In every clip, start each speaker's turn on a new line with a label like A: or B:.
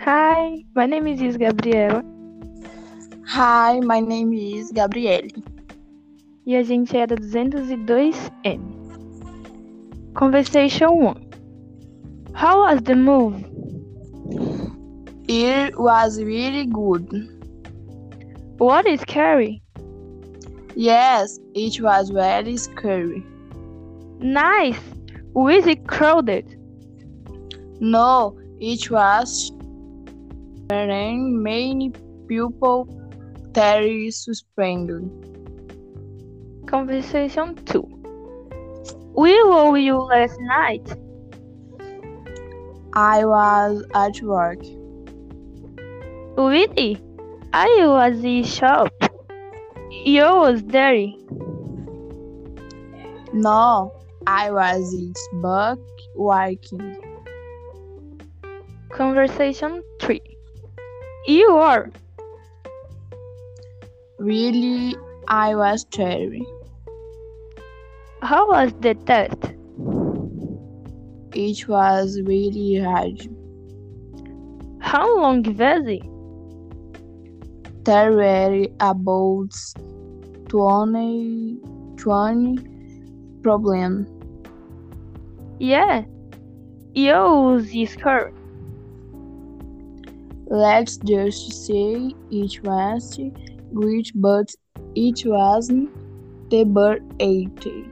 A: Hi, my name is Gabriela
B: Hi, my name is Gabriele.
A: e a gente era e 202M. Conversation 1. How was the movie?
B: It was really good.
A: What is scary?
B: Yes, it was very scary.
A: Nice! Was it crowded?
B: No, it was and many people very suspended.
A: Conversation 2. Where were you last night?
B: I was at work.
A: Really? I was in shop. You was there.
B: No, I was at work working.
A: Conversation 3. You are.
B: Really, I was tired.
A: How was the test?
B: It was really hard.
A: How long was it?
B: There were about 20, 20 problems.
A: Yeah. Yo, this car.
B: Let's just say it was great, but it wasn't the bird 80.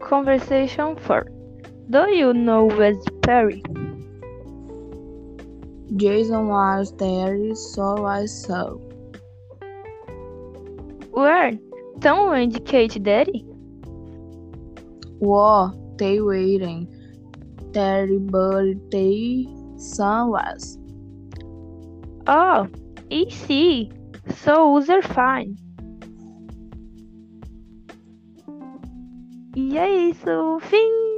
A: Conversation 4. Do you know West Perry?
B: Jason was there, so I saw.
A: Where? Tom and Kate Daddy?
B: Whoa, they waiting. Terrible day, sun was.
A: Oh, I see. So they're fine. E é isso. Fim!